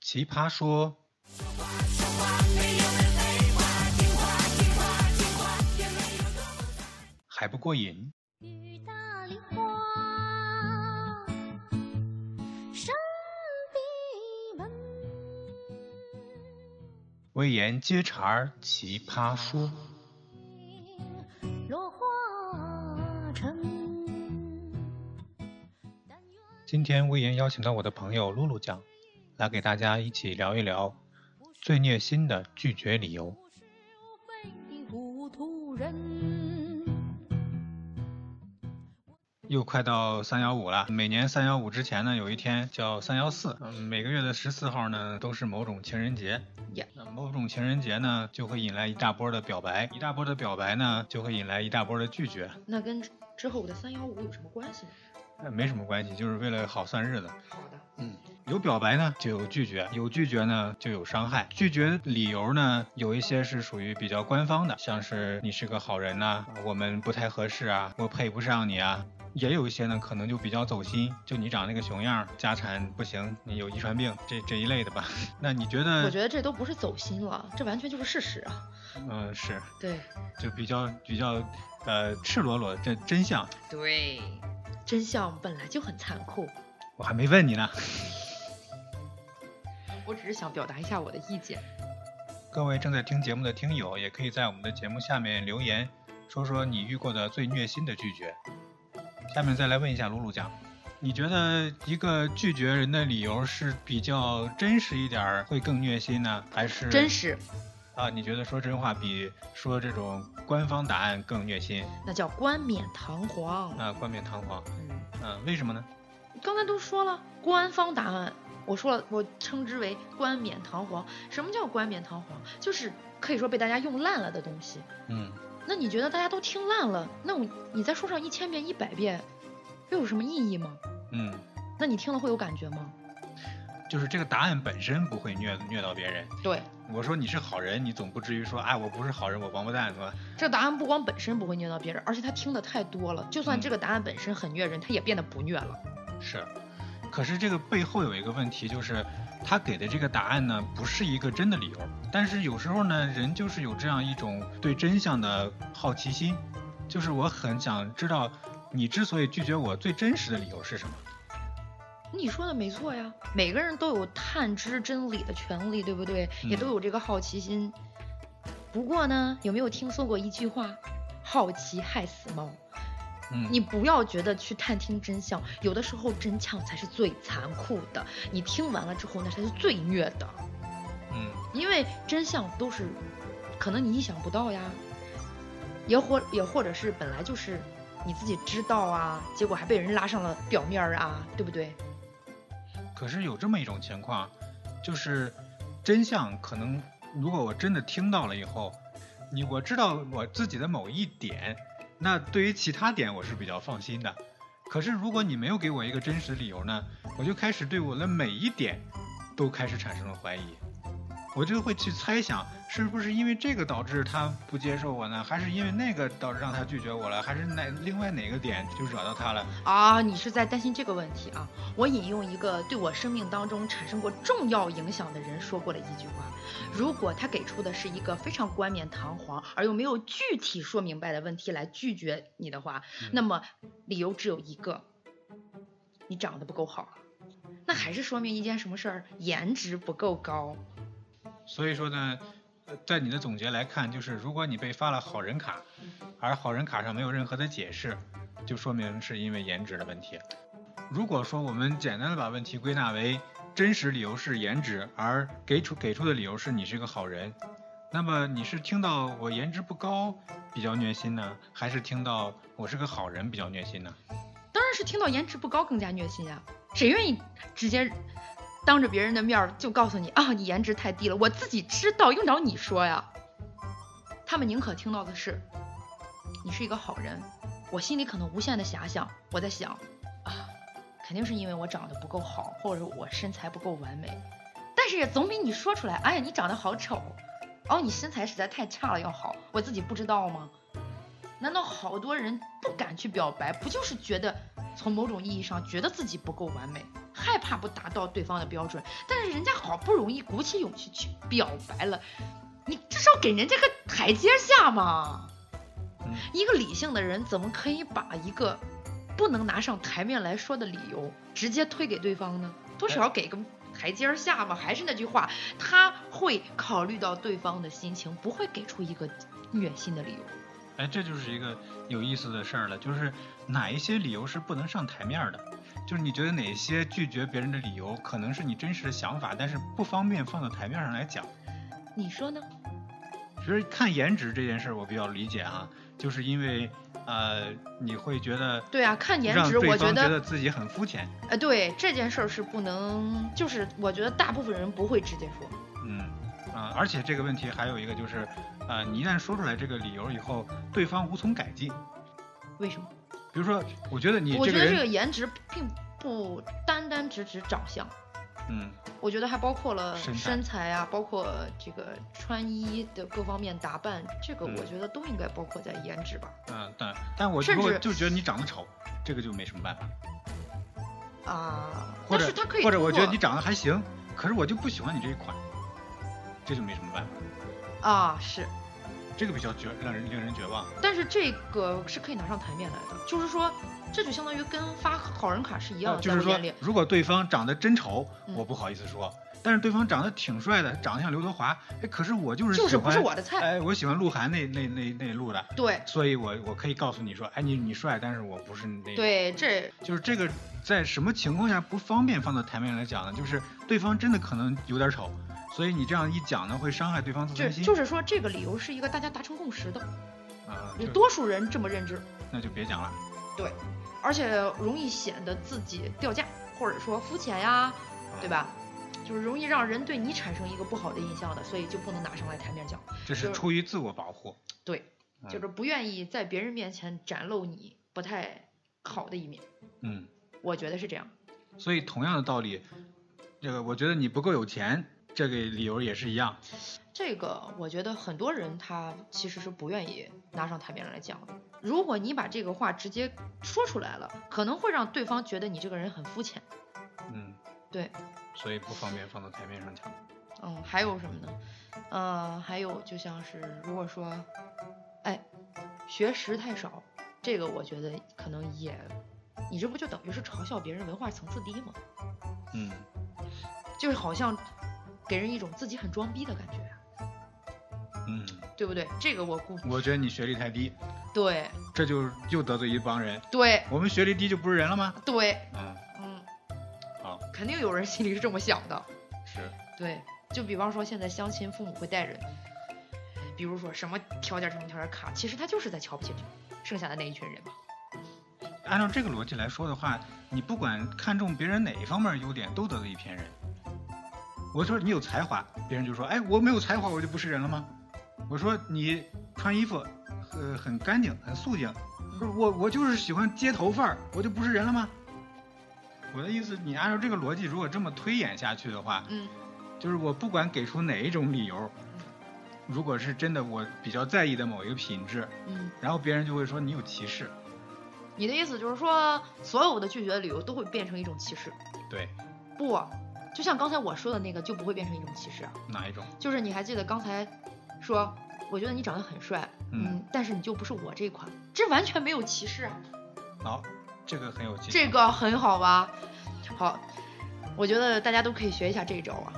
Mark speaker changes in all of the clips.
Speaker 1: 奇葩说，还不过瘾。
Speaker 2: 雨打梨花，山闭门。
Speaker 1: 魏延接茬儿奇葩说，
Speaker 2: 落花沉。但愿
Speaker 1: 今天魏延邀请到我的朋友露露酱，来给大家一起聊一聊最虐心的拒绝理由。
Speaker 2: 不是无非的糊涂人。
Speaker 1: 又快到三幺五了，每年三幺五之前呢，有一天叫三幺四，嗯每个月的十四号呢，都是某种情人节。
Speaker 3: Yeah
Speaker 1: 那某种情人节呢，就会引来一大波的表白，一大波的表白呢，就会引来一大波的拒绝。
Speaker 3: 那跟之之后的三幺五有什么关系呢？
Speaker 1: 呃没什么关系，就是为了好算日子。
Speaker 3: 好的，
Speaker 1: 嗯，有表白呢就有拒绝，有拒绝呢就有伤害。拒绝理由呢，有一些是属于比较官方的，像是你是个好人呐、我们不太合适啊，我配不上你啊。也有一些呢，可能就比较走心，就你长那个熊样儿，家产不行，你有遗传病这这一类的吧。 那你觉得？
Speaker 3: 我觉得这都不是走心了，这完全就是事实啊。
Speaker 1: 嗯、是，
Speaker 3: 对
Speaker 1: 就比较比较，呃，赤裸裸这真相。
Speaker 3: 对，真相本来就很残酷，
Speaker 1: 我还没问你呢。
Speaker 3: 我只是想表达一下我的意见。
Speaker 1: 各位正在听节目的听友，也可以在我们的节目下面留言，说说你遇过的最虐心的拒绝。下面再来问一下露露酱，你觉得一个拒绝人的理由是比较真实一点儿会更虐心呢，还是
Speaker 3: 真实，
Speaker 1: 啊？你觉得说真话比说这种官方答案更虐心？
Speaker 3: 那叫冠冕堂皇。
Speaker 1: 啊，冠冕堂皇，
Speaker 3: 嗯，
Speaker 1: 嗯、为什么呢？
Speaker 3: 刚才都说了，官方答案，我说了，我称之为冠冕堂皇。什么叫冠冕堂皇？就是可以说被大家用烂了的东西。
Speaker 1: 嗯，
Speaker 3: 那你觉得大家都听烂了，那我你再说上一千遍、一百遍，又有什么意义吗？
Speaker 1: 嗯，
Speaker 3: 那你听了会有感觉吗？
Speaker 1: 就是这个答案本身不会虐虐到别人。
Speaker 3: 对，
Speaker 1: 我说你是好人，你总不至于说，哎，我不是好人，我王八蛋，是吧？
Speaker 3: 这个答案不光本身不会虐到别人，而且他听的太多了，就算
Speaker 1: 嗯
Speaker 3: 这个答案本身很虐人，他也变得不虐了。
Speaker 1: 是，可是这个背后有一个问题，就是他给的这个答案呢，不是一个真的理由。但是有时候呢，人就是有这样一种对真相的好奇心，就是我很想知道你之所以拒绝我最真实的理由是什么。
Speaker 3: 你说的没错呀，每个人都有探知真理的权利，对不对？
Speaker 1: 嗯
Speaker 3: 也都有这个好奇心。不过呢，有没有听说过一句话？好奇害死猫。
Speaker 1: 嗯，
Speaker 3: 你不要觉得去探听真相，有的时候真相才是最残酷的。你听完了之后，那才是最虐的，
Speaker 1: 嗯
Speaker 3: 因为真相都是可能你意想不到呀，也或也或者是本来就是你自己知道啊，结果还被人拉上了表面儿啊，对不对？
Speaker 1: 可是有这么一种情况，就是真相可能，如果我真的听到了以后，你我知道我自己的某一点，那对于其他点我是比较放心的。可是如果你没有给我一个真实的理由呢，我就开始对我的每一点都开始产生了怀疑。我就会去猜想，是不是因为这个导致他不接受我呢？还是因为那个导致让他拒绝我了？还是哪另外哪个点就惹到他了？
Speaker 3: 啊，你是在担心这个问题啊？我引用一个对我生命当中产生过重要影响的人说过的一句话：如果他给出的是一个非常冠冕堂皇而又没有具体说明白的问题来拒绝你的话，那么理由只有一个：你长得不够好。啊那还是说明一件什么事儿？颜值不够高。
Speaker 1: 所以说呢，呃在你的总结来看，就是如果你被发了好人卡，而好人卡上没有任何的解释，就说明是因为颜值的问题。如果说我们简单的把问题归纳为真实理由是颜值，而给出给出的理由是你是个好人，那么你是听到我颜值不高比较虐心呢，还是听到我是个好人比较虐心呢？
Speaker 3: 当然是听到颜值不高更加虐心啊！谁愿意直接当着别人的面儿就告诉你啊，你颜值太低了？我自己知道，用着你说呀。他们宁可听到的是，你是一个好人。我心里可能无限的遐想，我在想啊，肯定是因为我长得不够好，或者我身材不够完美。但是也总比你说出来，哎呀，你长得好丑，哦，你身材实在太差了要好。我自己不知道吗？难道好多人不敢去表白，不就是觉得从某种意义上觉得自己不够完美，害怕不达到对方的标准。但是人家好不容易鼓起勇气去表白了，你至少给人家个台阶下嘛。
Speaker 1: 嗯
Speaker 3: 一个理性的人怎么可以把一个不能拿上台面来说的理由直接推给对方呢？多少给个台阶儿下吧。还是那句话，他会考虑到对方的心情，不会给出一个虐心的理由。
Speaker 1: 哎，这就是一个有意思的事儿了，就是哪一些理由是不能上台面儿的，就是你觉得哪些拒绝别人的理由可能是你真实的想法，但是不方便放到台面上来讲。
Speaker 3: 你说呢？
Speaker 1: 其实看颜值这件事，我比较理解啊，就是因为呃，你会觉得
Speaker 3: 对啊，看颜
Speaker 1: 让
Speaker 3: 值，
Speaker 1: 对
Speaker 3: 我觉
Speaker 1: 方觉
Speaker 3: 得，
Speaker 1: 得自己很肤浅，
Speaker 3: 呃，对这件事儿是不能，就是我觉得大部分人不会直接说。
Speaker 1: 嗯啊、而且这个问题还有一个就是，呃，你一旦说出来这个理由以后，对方无从改进。
Speaker 3: 为什么？
Speaker 1: 比如说，我觉得你
Speaker 3: 我
Speaker 1: 这
Speaker 3: 觉
Speaker 1: 个
Speaker 3: 得
Speaker 1: 人，
Speaker 3: 这个颜值并不单单只指长相，
Speaker 1: 嗯，
Speaker 3: 我觉得还包括了
Speaker 1: 身材
Speaker 3: 身材啊，包括这个穿衣的各方面打扮，这个
Speaker 1: 嗯
Speaker 3: 我觉得都应该包括在颜值吧。
Speaker 1: 嗯，但但我
Speaker 3: 甚
Speaker 1: 如果
Speaker 3: 至
Speaker 1: 就觉得你长得丑，这个就没什么办法。
Speaker 3: 啊，
Speaker 1: 或
Speaker 3: 但
Speaker 1: 者
Speaker 3: 是他可以
Speaker 1: 或者我
Speaker 3: 通
Speaker 1: 觉得
Speaker 3: 过
Speaker 1: 你长得还行，可是我就不喜欢你这一款，这就没什么办法。
Speaker 3: 啊是，
Speaker 1: 这个比较绝，让人令人绝望。
Speaker 3: 但是这个是可以拿上台面来的，就是说这就相当于跟发好人卡是一样
Speaker 1: 呃
Speaker 3: 的，
Speaker 1: 就
Speaker 3: 在
Speaker 1: 是
Speaker 3: 我
Speaker 1: 说
Speaker 3: 眼里，
Speaker 1: 如果对方长得真丑，
Speaker 3: 嗯
Speaker 1: 我不好意思说；但是对方长得挺帅的，长得像刘德华，哎，可是我就是
Speaker 3: 就
Speaker 1: 喜
Speaker 3: 是不
Speaker 1: 欢
Speaker 3: 是我的菜。
Speaker 1: 哎，我喜欢鹿晗那那那那路的，
Speaker 3: 对
Speaker 1: 所以我我可以告诉你说，哎，你你帅，但是我不是那，
Speaker 3: 对，这
Speaker 1: 就是这个在什么情况下不方便放到台面上来讲呢？就是对方真的可能有点丑，所以你这样一讲呢，会伤害对方自
Speaker 3: 这
Speaker 1: 尊心。
Speaker 3: 就是说这个理由是一个大家达成共识的，
Speaker 1: 啊，
Speaker 3: 有
Speaker 1: 就
Speaker 3: 多数人这么认知，
Speaker 1: 那就别讲了。
Speaker 3: 而且容易显得自己掉价，或者说肤浅呀，
Speaker 1: 啊
Speaker 3: 对吧？就是容易让人对你产生一个不好的印象的，所以就不能拿上来台面讲。
Speaker 1: 这是
Speaker 3: 就
Speaker 1: 出于自我保护。
Speaker 3: 对，
Speaker 1: 嗯
Speaker 3: 就是不愿意在别人面前展露你不太好的一面，
Speaker 1: 嗯，
Speaker 3: 我觉得是这样。
Speaker 1: 所以同样的道理，这个我觉得你不够有钱，这个理由也是一样。
Speaker 3: 这个我觉得很多人他其实是不愿意拿上台面上来讲的。如果你把这个话直接说出来了，可能会让对方觉得你这个人很肤浅。
Speaker 1: 嗯，
Speaker 3: 对，
Speaker 1: 所以不方便放到台面上讲。
Speaker 3: 嗯，还有什么呢？呃，还有就像是如果说，哎，学识太少，这个我觉得可能也，你这不就等于是嘲笑别人文化层次低吗？
Speaker 1: 嗯，
Speaker 3: 就是好像给人一种自己很装逼的感觉，啊
Speaker 1: 嗯，
Speaker 3: 对不对？这个我估
Speaker 1: 我觉得你学历太低，
Speaker 3: 对
Speaker 1: 这就又得罪一帮人。
Speaker 3: 对
Speaker 1: 我们学历低就不是人了吗？
Speaker 3: 对，
Speaker 1: 嗯，
Speaker 3: 嗯，
Speaker 1: 好，
Speaker 3: 肯定有人心里是这么想的。
Speaker 1: 是，
Speaker 3: 对，就比方说现在相亲，父母会带人，比如说什么条件什么条件卡，其实他就是在瞧不起剩下的那一群人嘛。
Speaker 1: 按照这个逻辑来说的话，你不管看重别人哪一方面优点，都得罪一片人。我说你有才华，别人就说，哎，我没有才华，我就不是人了吗？我说你穿衣服，呃，很干净，很素净，不是我我就是喜欢街头范儿，我就不是人了吗？我的意思，你按照这个逻辑，如果这么推演下去的话，
Speaker 3: 嗯。
Speaker 1: 就是我不管给出哪一种理由，如果是真的我比较在意的某一个品质，
Speaker 3: 嗯，
Speaker 1: 然后别人就会说你有歧视，
Speaker 3: 你的意思就是说，所有的拒绝的理由都会变成一种歧视？
Speaker 1: 对，
Speaker 3: 不，就像刚才我说的那个，就不会变成一种歧视啊。
Speaker 1: 哪一种？
Speaker 3: 就是你还记得刚才说，我觉得你长得很帅，
Speaker 1: 嗯
Speaker 3: 嗯，但是你就不是我这款，这完全没有歧视啊，
Speaker 1: 好、这个很有劲。
Speaker 3: 这个很好吧？好，我觉得大家都可以学一下这一招啊，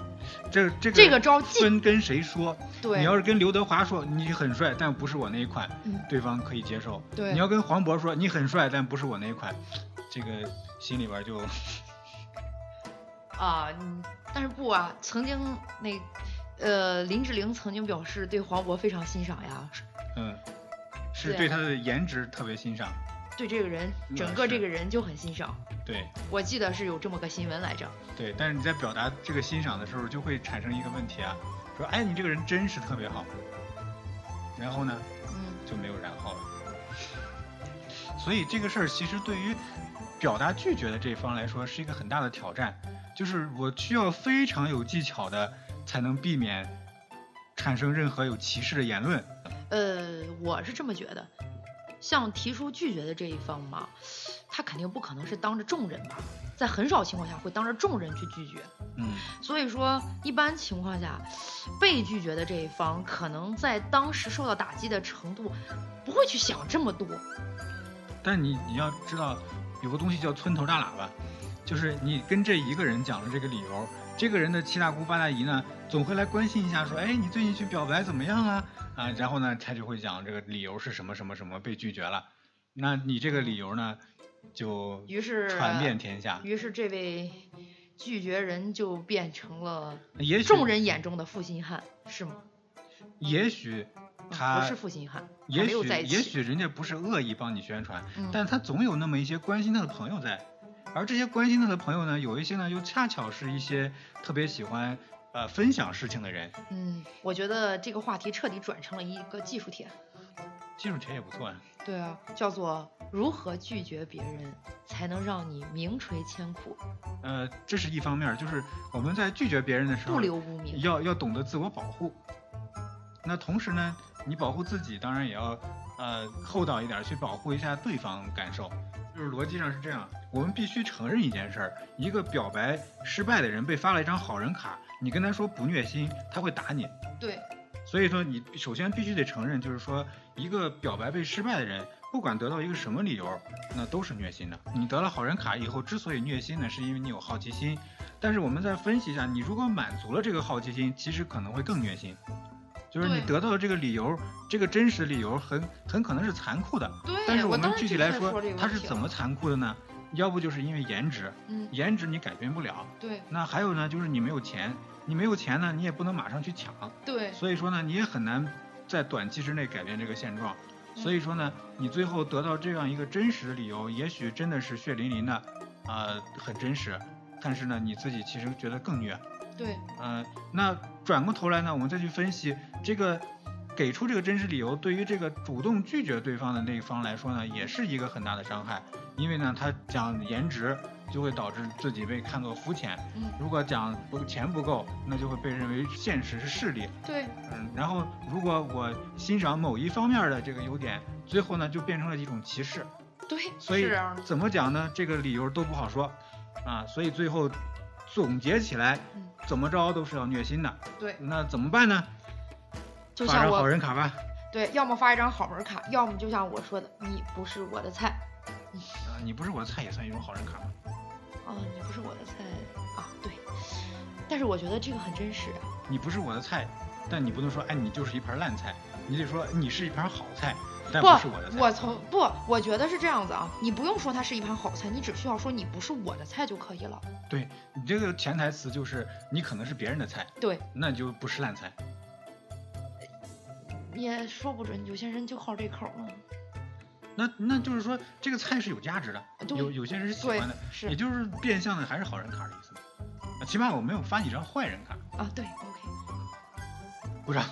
Speaker 1: 这个这个
Speaker 3: 这个招既
Speaker 1: 分跟谁说？
Speaker 3: 对，
Speaker 1: 你要是跟刘德华说你很帅，但不是我那一款，
Speaker 3: 嗯
Speaker 1: 对方可以接受。
Speaker 3: 对
Speaker 1: 你要跟黄渤说你很帅，但不是我那一款，这个心里边就
Speaker 3: 啊，嗯，但是不啊，曾经那，呃，林志玲曾经表示对黄渤非常欣赏呀，
Speaker 1: 嗯，是对
Speaker 3: 对啊
Speaker 1: 他的颜值特别欣赏。
Speaker 3: 对这个人，
Speaker 1: 那
Speaker 3: 整个
Speaker 1: 是
Speaker 3: 这个人就很欣赏。
Speaker 1: 对
Speaker 3: 我记得是有这么个新闻来着。
Speaker 1: 对，但是你在表达这个欣赏的时候，就会产生一个问题啊，说哎你这个人真是特别好，然后呢
Speaker 3: 嗯，
Speaker 1: 就没有然后了。所以这个事儿其实对于表达拒绝的这一方来说是一个很大的挑战，就是我需要非常有技巧的才能避免产生任何有歧视的言论。嗯
Speaker 3: 呃，我是这么觉得，向提出拒绝的这一方嘛，他肯定不可能是当着众人吧，在很少情况下会当着众人去拒绝。
Speaker 1: 嗯
Speaker 3: 所以说，一般情况下，被拒绝的这一方可能在当时受到打击的程度，不会去想这么多。
Speaker 1: 但你你要知道，有个东西叫村头大喇叭，就是你跟这一个人讲了这个理由，这个人的七大姑八大姨呢，总会来关心一下，说，哎，你最近去表白怎么样啊？啊，然后呢，他就会讲这个理由是什么什么什么被拒绝了，那你这个理由呢，就
Speaker 3: 于是
Speaker 1: 传遍天下。
Speaker 3: 于是这位拒绝人就变成了
Speaker 1: 也许
Speaker 3: 众人眼中的负心汉，是吗？
Speaker 1: 也许
Speaker 3: 嗯
Speaker 1: 他
Speaker 3: 不是负心汉，还
Speaker 1: 也
Speaker 3: 没有
Speaker 1: 许
Speaker 3: 在一起。
Speaker 1: 也许人家不是恶意帮你宣传，
Speaker 3: 嗯，
Speaker 1: 但他总有那么一些关心他的朋友在，而这些关心他的朋友呢，有一些呢又恰巧是一些特别喜欢呃分享事情的人，
Speaker 3: 嗯，我觉得这个话题彻底转成了一个技术帖。
Speaker 1: 技术帖也不错啊。
Speaker 3: 对啊，叫做如何拒绝别人，才能让你名垂千古，
Speaker 1: 呃，这是一方面，就是我们在拒绝别人的时候
Speaker 3: 不，留污名。
Speaker 1: 要要懂得自我保护。那同时呢，你保护自己，当然也要呃厚道一点，去保护一下对方感受。就是逻辑上是这样，我们必须承认一件事儿：一个表白失败的人被发了一张好人卡，你跟他说不虐心，他会打你。
Speaker 3: 对，
Speaker 1: 所以说，你首先必须得承认，就是说，一个表白被失败的人，不管得到一个什么理由，那都是虐心的。你得了好人卡以后，之所以虐心呢，是因为你有好奇心。但是我们再分析一下，你如果满足了这个好奇心，其实可能会更虐心。就是你
Speaker 3: 对
Speaker 1: 得到的这个理由，这个真实理由很很可能是残酷的。
Speaker 3: 对，
Speaker 1: 但是
Speaker 3: 我
Speaker 1: 们
Speaker 3: 当时
Speaker 1: 具体
Speaker 3: 就
Speaker 1: 来
Speaker 3: 在
Speaker 1: 说
Speaker 3: 说这，个
Speaker 1: 它
Speaker 3: 问
Speaker 1: 是
Speaker 3: 题
Speaker 1: 怎
Speaker 3: 了
Speaker 1: 么残酷的呢？要不就是因为颜值，
Speaker 3: 嗯，
Speaker 1: 颜值你改变不了。
Speaker 3: 对
Speaker 1: 那还有呢，就是你没有钱，你没有钱呢，你也不能马上去抢。
Speaker 3: 对，
Speaker 1: 所以说呢，你也很难在短期之内改变这个现状。所以说呢，你最后得到这样一个真实的理由，也许真的是血淋淋的，啊，很真实。但是呢，你自己其实觉得更虐。
Speaker 3: 对，
Speaker 1: 嗯、那转过头来呢，我们再去分析这个给出这个真实理由，对于这个主动拒绝对方的那一方来说呢，也是一个很大的伤害。因为呢，他讲颜值就会导致自己被看作肤浅；
Speaker 3: 嗯，
Speaker 1: 如果讲不钱不够，那就会被认为现实是势利。
Speaker 3: 对，
Speaker 1: 嗯，然后如果我欣赏某一方面的这个优点，最后呢就变成了一种歧视。
Speaker 3: 对，
Speaker 1: 所以
Speaker 3: 是这样的，
Speaker 1: 怎么讲呢？这个理由都不好说，啊，所以最后总结起来
Speaker 3: 嗯，
Speaker 1: 怎么着都是要虐心的。
Speaker 3: 对，
Speaker 1: 那怎么办呢？
Speaker 3: 就
Speaker 1: 发
Speaker 3: 像
Speaker 1: 张好
Speaker 3: 我，
Speaker 1: 人卡吧。
Speaker 3: 对，要么发一张好人卡，要么就像我说的，你不是我的菜，
Speaker 1: 啊，你不是我的菜也算一种好人卡吗？
Speaker 3: 啊，你不是我的菜啊，对，但是我觉得这个很真实啊，
Speaker 1: 你不是我的菜，但你不能说哎你就是一盘烂菜，你得说你是一盘好菜，但不是我的菜。
Speaker 3: 我从不，我觉得是这样子啊，你不用说它是一盘好菜，你只需要说你不是我的菜就可以了。
Speaker 1: 对你这个潜台词就是你可能是别人的菜，
Speaker 3: 对，
Speaker 1: 那你就不是烂菜。
Speaker 3: 也说不准，有些人就好这口呢。
Speaker 1: 那那就是说，这个菜是有价值的，
Speaker 3: 呃对
Speaker 1: 有有些人是喜
Speaker 3: 对
Speaker 1: 欢的，，
Speaker 3: 是
Speaker 1: 也就是变相的还是好人卡的意思。啊，起码我没有发你张坏人卡，
Speaker 3: 啊，对，OK，
Speaker 1: 鼓掌。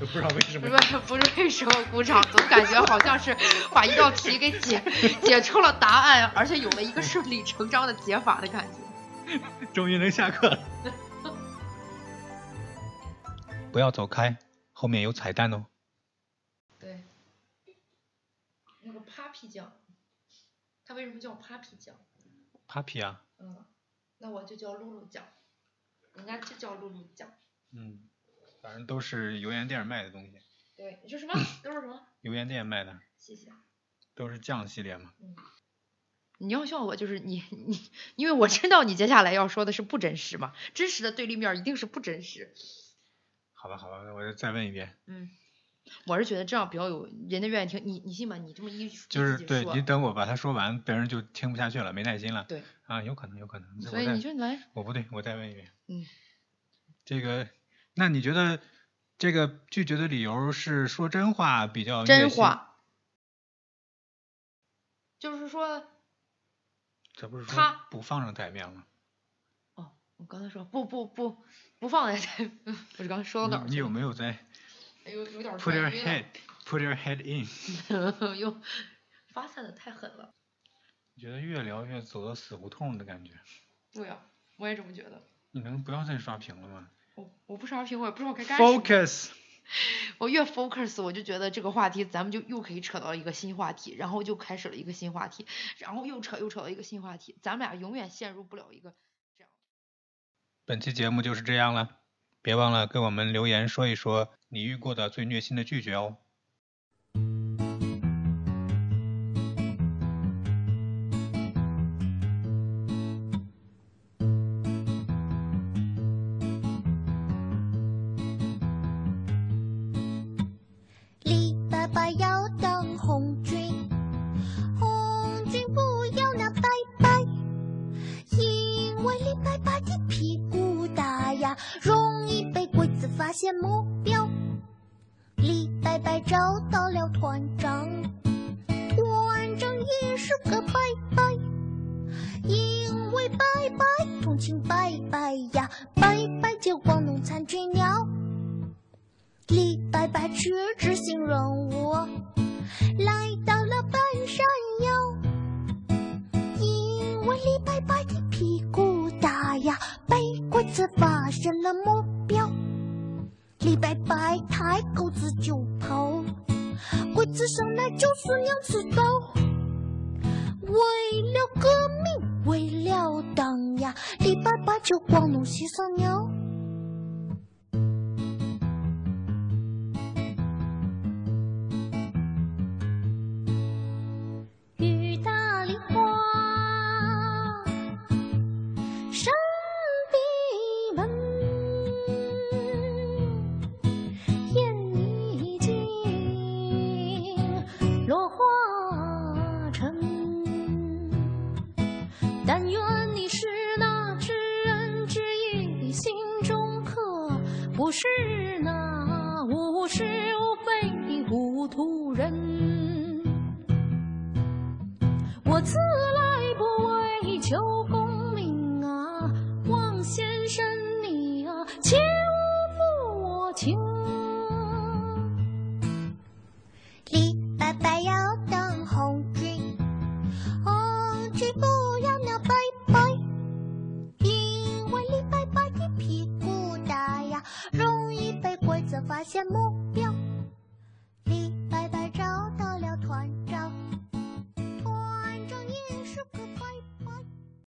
Speaker 1: 都不知道为什
Speaker 3: 不
Speaker 1: 么，
Speaker 3: 是不是为什么鼓掌，总感觉好像是把一道题给解解出了答案，而且有了一 个顺理成章的解法的感觉。
Speaker 1: 终于能下课了。不要走开，后面有彩蛋哦。
Speaker 3: 对，那个 Papi 酱，它为什么叫 Papi 酱？
Speaker 1: Papi 啊，
Speaker 3: 嗯，那我就叫露露酱，人家就叫露露酱。
Speaker 1: 嗯，反正都是油盐店卖的东西，
Speaker 3: 对，你说什么？都是什么？
Speaker 1: 油盐店卖的
Speaker 3: 谢谢。
Speaker 1: 都是酱系列嘛。
Speaker 3: 你要笑我，就是你你，因为我知道你接下来要说的是不真实嘛，真实的对立面儿一定是不真实。
Speaker 1: 好吧，好吧，我再问一遍，
Speaker 3: 嗯，我是觉得这样比较有人家愿意听。你你信吗？你这么一
Speaker 1: 就是
Speaker 3: 一
Speaker 1: 对
Speaker 3: 说
Speaker 1: 你等我把它说完，别人就听不下去了，没耐心了。
Speaker 3: 对，
Speaker 1: 啊，有可能，有可能。这
Speaker 3: 所
Speaker 1: 我
Speaker 3: 以
Speaker 1: 再
Speaker 3: 你就来，
Speaker 1: 我不对，我再问一遍。
Speaker 3: 嗯，
Speaker 1: 这个，那你觉得这个拒绝的理由是说真话比较虐
Speaker 3: 真
Speaker 1: 心？
Speaker 3: 话，就是说，
Speaker 1: 这不是说
Speaker 3: 他
Speaker 1: 不放上台面吗？
Speaker 3: 哦，我刚才说不不不不放在这， 我是刚才说到哪儿
Speaker 1: 你你
Speaker 3: 去
Speaker 1: 有
Speaker 3: 了？哎
Speaker 1: 没有在
Speaker 3: 有有点儿
Speaker 1: put your
Speaker 3: 转晕了
Speaker 1: head put your head in？
Speaker 3: 又发散的太狠了。
Speaker 1: 觉得越聊越走到死胡同的感觉。
Speaker 3: 对呀、我也这么觉得。
Speaker 1: 你能不要再刷屏了吗
Speaker 3: 我我不刷屏，我也不知道该干什么。
Speaker 1: ？Focus，
Speaker 3: 我越 focus，我就觉得这个话题咱们就又可以扯到一个新话题，然后就开始了一个新话题，然后又扯又扯到一个新话题，咱们俩永远陷入不了一个这样。
Speaker 1: 本期节目就是这样了，别忘了给我们留言说一说你遇过的最虐心的拒绝哦。
Speaker 4: 李白白要当红军，红军不要那白白，因为李白白的屁股大呀，容易被鬼子发现目标。李白白找到了团长，团长也是个白白，因为白白同情白白呀，白白就光弄残军了。李白白去执行任务，来到了半山腰。因为李白白的屁股大呀，被鬼子发现了目标。李白白抬狗子就跑，鬼子上来就是两刺刀。为了革命，为了党呀，李白白就光荣牺牲了。
Speaker 2: 雨打梨花，山闭门，雁已尽，落花沉。但愿你是那知人知义的心中客，不是那无是无非的糊涂人。我自来不为求功名啊，望先生你啊，切勿负我情。啊
Speaker 4: 李白白要当红军，
Speaker 2: 哦
Speaker 4: 红军不要那白白，因为李白白的屁股大呀，容易被鬼子发现目